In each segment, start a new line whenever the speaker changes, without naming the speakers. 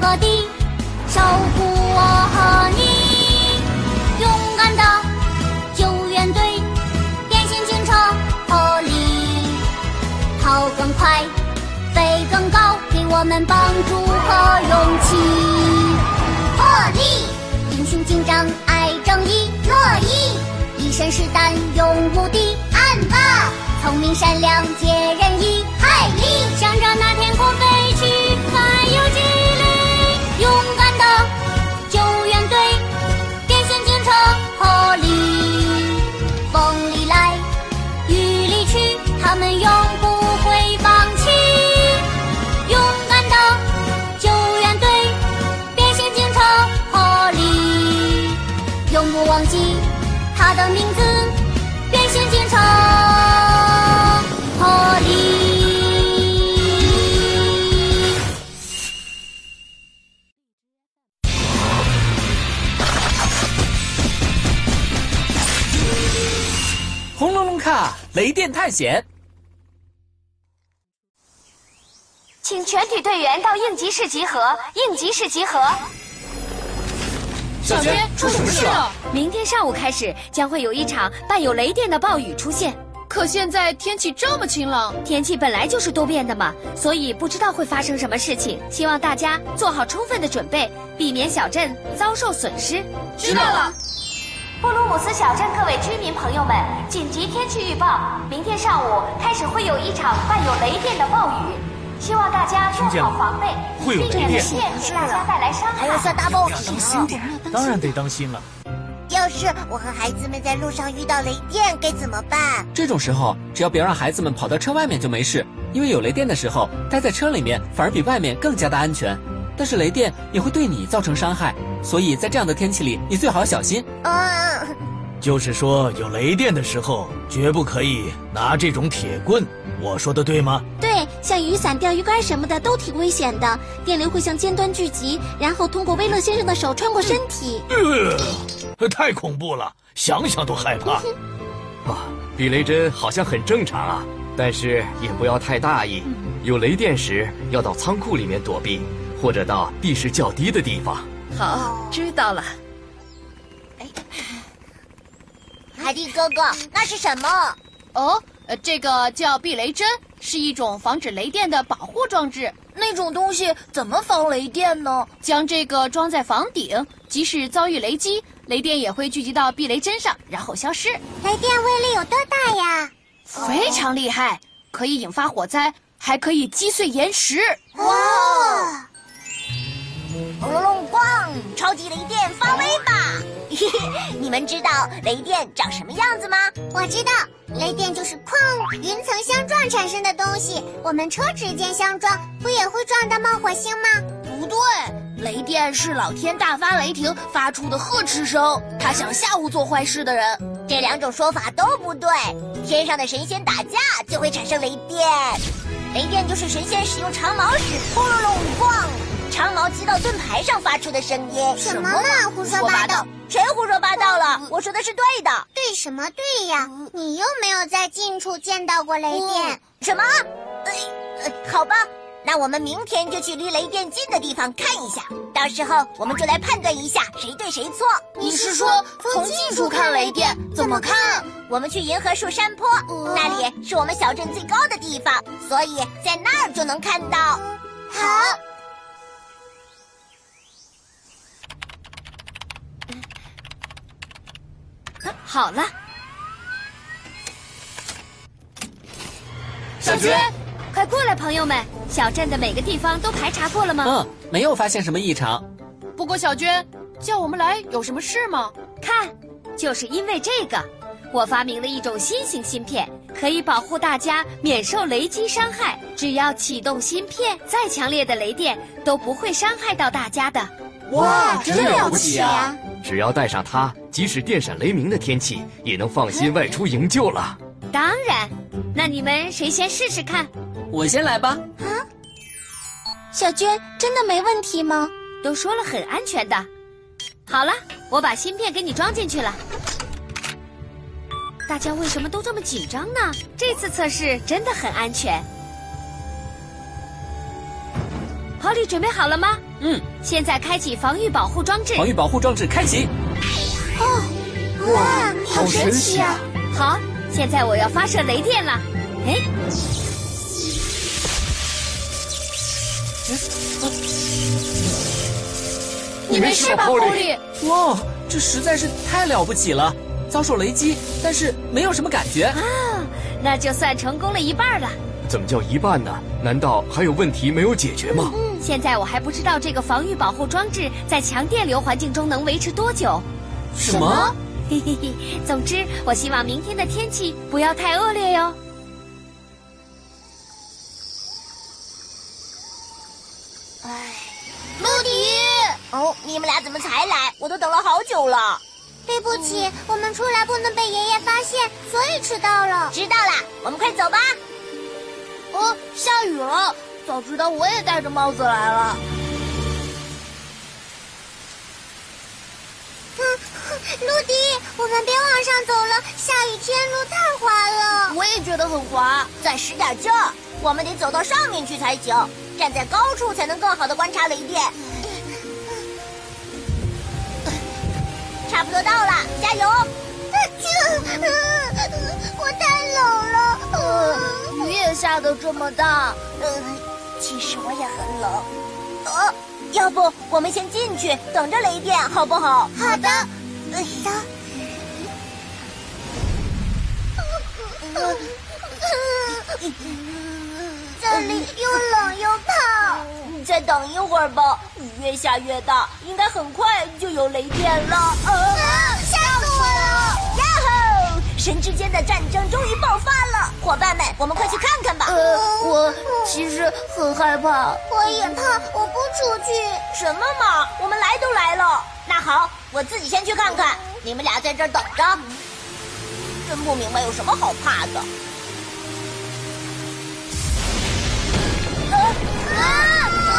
和地，守护我和你。勇敢的救援队，变形警车合力，跑更快，飞更高，给我们帮助和勇气。破例，英雄警长爱正义，乐意一身是胆勇无敌，暗霸聪明善良解人意，海力向着那天空飞去，还有激励，勇敢的救援队，变形警车合力，风里来，雨里去，他们永不会放弃，勇敢的救援队，变形警车合力，永不忘记他的名字，变形警车。破例。
轰隆隆卡雷电探险，
请全体队员到应急室集合，应急室集合。
小娟出什么
啊
事
啊
了？
明天上午开始，将会有一场伴有雷电的暴雨出现。
可现在天气这么晴朗，
天气本来就是多变的嘛，所以不知道会发生什么事情。希望大家做好充分的准备，避免小镇遭受损失。知道了。布鲁姆斯小镇各位居民朋友们，紧急天气预报：明天上午开始会有一场伴有雷电的暴雨，希望大家做
见了
好防备，
会有
避
雷
免
电
雷电给大家带来伤害。
大暴雨
点，当然得当心了。
要是我和孩子们在路上遇到雷电，该怎么办？
这种时候，只要别让孩子们跑到车外面就没事，因为有雷电的时候，待在车里面反而比外面更加的安全。但是雷电也会对你造成伤害，所以在这样的天气里，你最好小心。
嗯，
就是说，有雷电的时候，绝不可以拿这种铁棍。我说的对吗？
对，像雨伞、钓鱼竿什么的都挺危险的，电流会向尖端聚集，然后通过威勒先生的手穿过身体。
嗯
呃，太恐怖了，想想都害 怕。
避啊雷针好像很正常啊，但是也不要太大意。有雷电时，要到仓库里面躲避，或者到地势较低的地方。
好，知道了。
海蒂哥哥，那是什么？
哦，呃，这个叫避雷针，是一种防止雷电的保护装置。
那种东西怎么防雷电呢？
将这个装在房顶，即使遭遇雷击，雷电也会聚集到避雷针上，然后消失。
雷哎电威力有多大呀？
非常厉害，可以引发火灾，还可以击碎岩石。
哇！轰隆咣！超级雷电发威吧！ 你们知道雷电长什么样子吗？
我知道，雷电就是哐云层相撞产生的东西。我们车之间相撞，不也会撞到冒火星吗？
不对，雷电是老天大发雷霆发出的呵斥声，他想吓唬做坏事的人。这两种说法都不对，天上的神仙打架就会产生雷电，雷电就是神仙使用长矛时轰隆隆咣，长矛击到盾牌上发出的声音。
什么嘛，胡说八道！？嗯
谁胡说八道了？我说的是对的。
对什么对呀？
嗯
你又没有在近处见到过雷电。
什么？呃呃，好吧，那我们明天就去离雷电近的地方看一下，到时候我们就来判断一下谁对谁错。
你是说从近处看雷电怎么看？
我们去银河树山坡，
嗯
那里是我们小镇最高的地方，所以在那儿就能看到。
好。
好了，
小娟，
快过来，朋友们！小镇的每个地方都排查过了吗？
嗯，没有发现什么异常。
不过小娟叫我们来有什么事吗？
看，就是因为这个，我发明了一种新型芯片，可以保护大家免受雷击伤害。只要启动芯片，再强烈的雷电都不会伤害到大家的。
哇，真了不起啊！
只要带上它，即使电闪雷鸣的天气，也能放心外出营救了。
当然，那你们谁先试试看？
我先来吧。
小娟真的没问题吗？
都说了很安全的。好了，我把芯片给你装进去了。大家为什么都这么紧张呢？这次测试真的很安全。好礼准备好了吗？
嗯，
现在开启防御保护装置。
防御保护装置开启。
哇，好神
奇啊！
好，现在我要发射雷电了。哎，
你没事吧，狐狸？
啊哇，这实在是太了不起了！遭受雷击，但是没有什么感觉。
那就算成功了一半了。
怎么叫一半呢？难道还有问题没有解决吗？
嗯
现在我还不知道这个防御保护装置在强电流环境中能维持多久。
什么？
嘿嘿嘿， 总之，我希望明天的天气不要太恶劣哟。
陆迪，哦，你们俩怎么才来？我都等了好久了。嗯
对不起，我们出来不能被爷爷发现，所以迟到了。
知道了，我们快走吧。哦，下雨了，早知道我也戴着帽子来了。
陆迪，我们别往上走了，下雨天路太滑了。
我也觉得很滑，再使点劲儿，我们得走到上面去才行。站在高处才能更好的观察雷电。差不多到了，加油！
我太冷了。
呃雨也下得这么大，嗯，其实我也很冷。呃，要不我们先进去，等着雷电，好不好？好的。哎呀，
这
呃
里
嗯
又冷又烫。
再等一会儿吧，雨越下越大，应该很快就有雷电了。呃，
吓死我了！
呀吼！神之间的战争终于爆发了，伙伴们，我们快去看看吧。
呃
我
其实很害怕。
我也怕，我不出去。
什么嘛，啊我们来都来了。那好，我自己先去看看，你们俩在这儿等着。真不明白有什么好怕的。
啊！不要！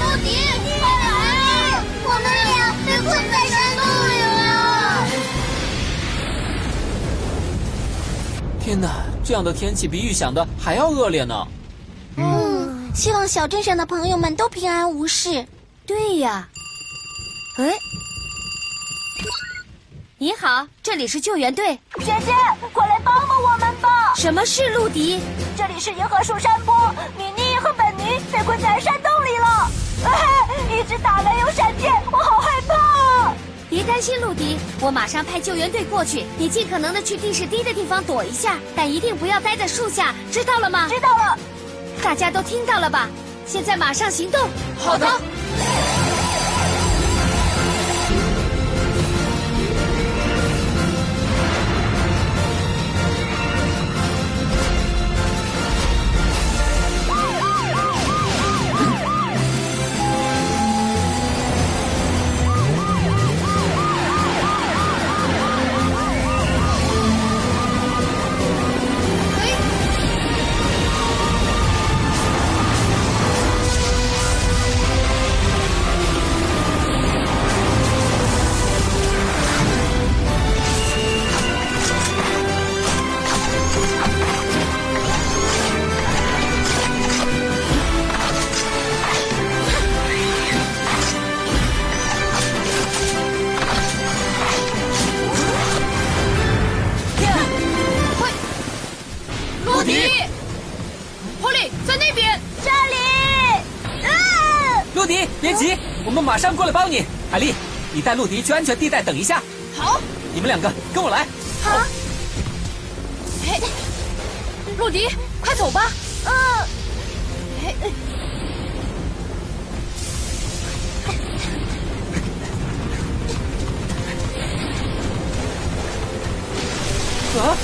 陆迪，快来！我们俩被困在山洞里了。
天哪，这样的天气比预想的还要恶劣呢。
希望小镇上的朋友们都平安无事。
对呀，哎，你好，这里是救援队。
姐姐，快来帮帮我们吧！
什么是陆迪？
这里是银河树山坡，米妮和本尼被困在山洞里了。 哎，一直打来有闪电，我好害怕啊！
别担心，陆迪，我马上派救援队过去。你尽可能的去地势低的地方躲一下，但一定不要待在树下，知道了吗？
知道了，
大家都听到了吧？现在马上行动。好的。
陆迪，狐狸在那边。
这里。啊！
陆迪，别急，我们马上过来帮你。海丽，你带陆迪去安全地带等一下。
好，
你们两个跟我来。
嘿陆迪，快走吧。
嗯。
啊，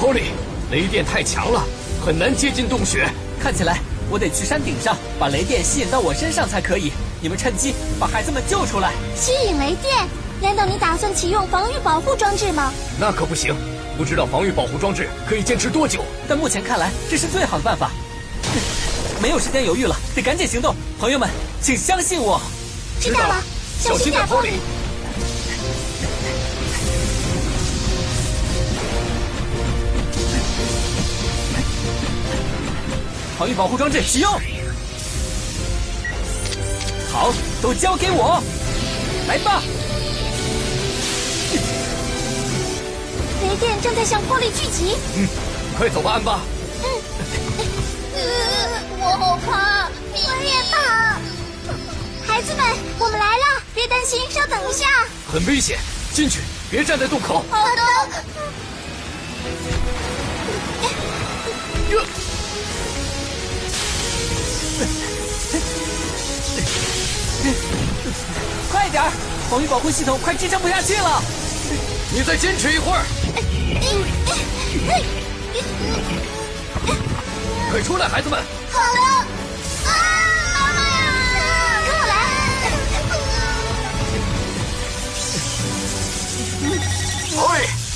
Holy，雷电太强了，很难接近洞穴。
看起来我得去山顶上把雷电吸引到我身上才可以。你们趁机把孩子们救出来。
吸引雷电？难道你打算启用防御保护装置吗？
那可不行，不知道防御保护装置可以坚持多久。
但目前看来，这是最好的办法。 没有时间犹豫了，得赶紧行动。朋友们，请相信我。
知道了，小心点，Holy。
防御保护装置启用。好，都交给我，来吧！
雷电正在向破力聚集，
嗯快走吧，安巴！
我好怕，我也怕。孩子们，我们来了，别担心，稍等一下。
很危险，进去，别站在洞口。
好 的。
快点儿，防御保护系统快支撑不下去了。
你再坚持一会儿，快出来，孩子们！
好的。啊，妈妈呀！跟我来。
喂，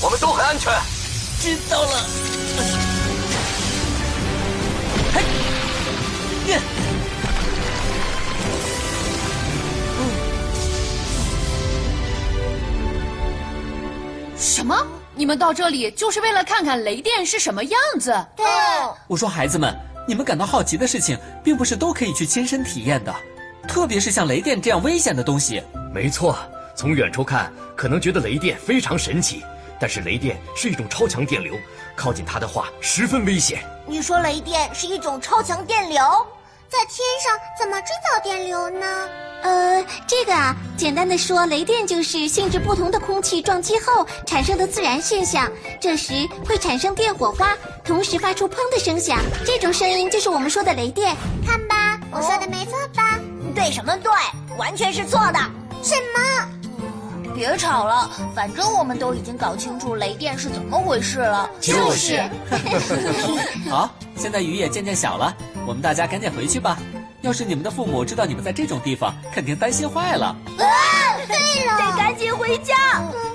我们都很安全。
知道了。嘿，呀
什么？你们到这里就是为了看看雷电是什么样子？
哦
我说孩子们，你们感到好奇的事情，并不是都可以去亲身体验的，特别是像雷电这样危险的东 西。
没错，从远处看可能觉得雷电非常神奇，但是雷电是一种超强电流，靠近它的话十分危险。
你说雷电是一种超强电流？
在天上怎么制造电流呢？
呃，这个啊，简单的说，雷电就是性质不同的空气撞击后产生的自然现象。这时会产生电火花，同时发出“砰”的声响，这种声音就是我们说的雷电。
看吧，我说的没错吧？
对什么对？完全是错的。嗯
什么？
别吵了，反正我们都已经搞清楚雷电是怎么回事了。
就是
好，现在雨也渐渐小了，我们大家赶紧回去吧。要是你们的父母知道你们在这种地方，肯定担心坏了。
得赶紧回家。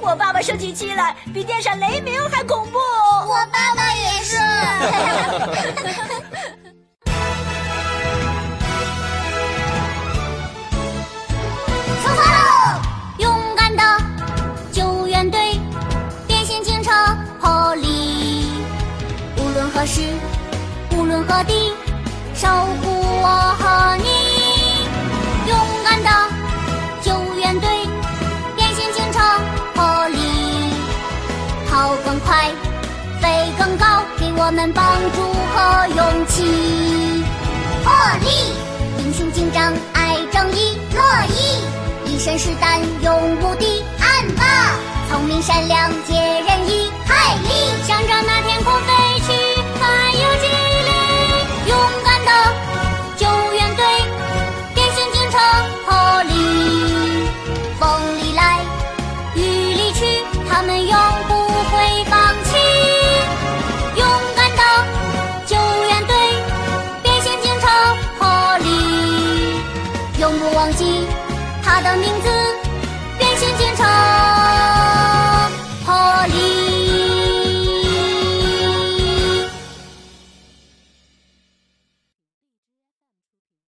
我爸爸生起气来比电闪雷鸣还恐怖。
我爸爸也 是。出发喽！
勇敢的救援队，变形警车破例，无论何时，无论何地，守护我和你。勇敢的救援队，变形警车破例，跑更快，飞更高，给我们帮助和勇气。破例，英雄警长爱正义，乐意。一身是胆勇无敌，暗霸，聪明善良解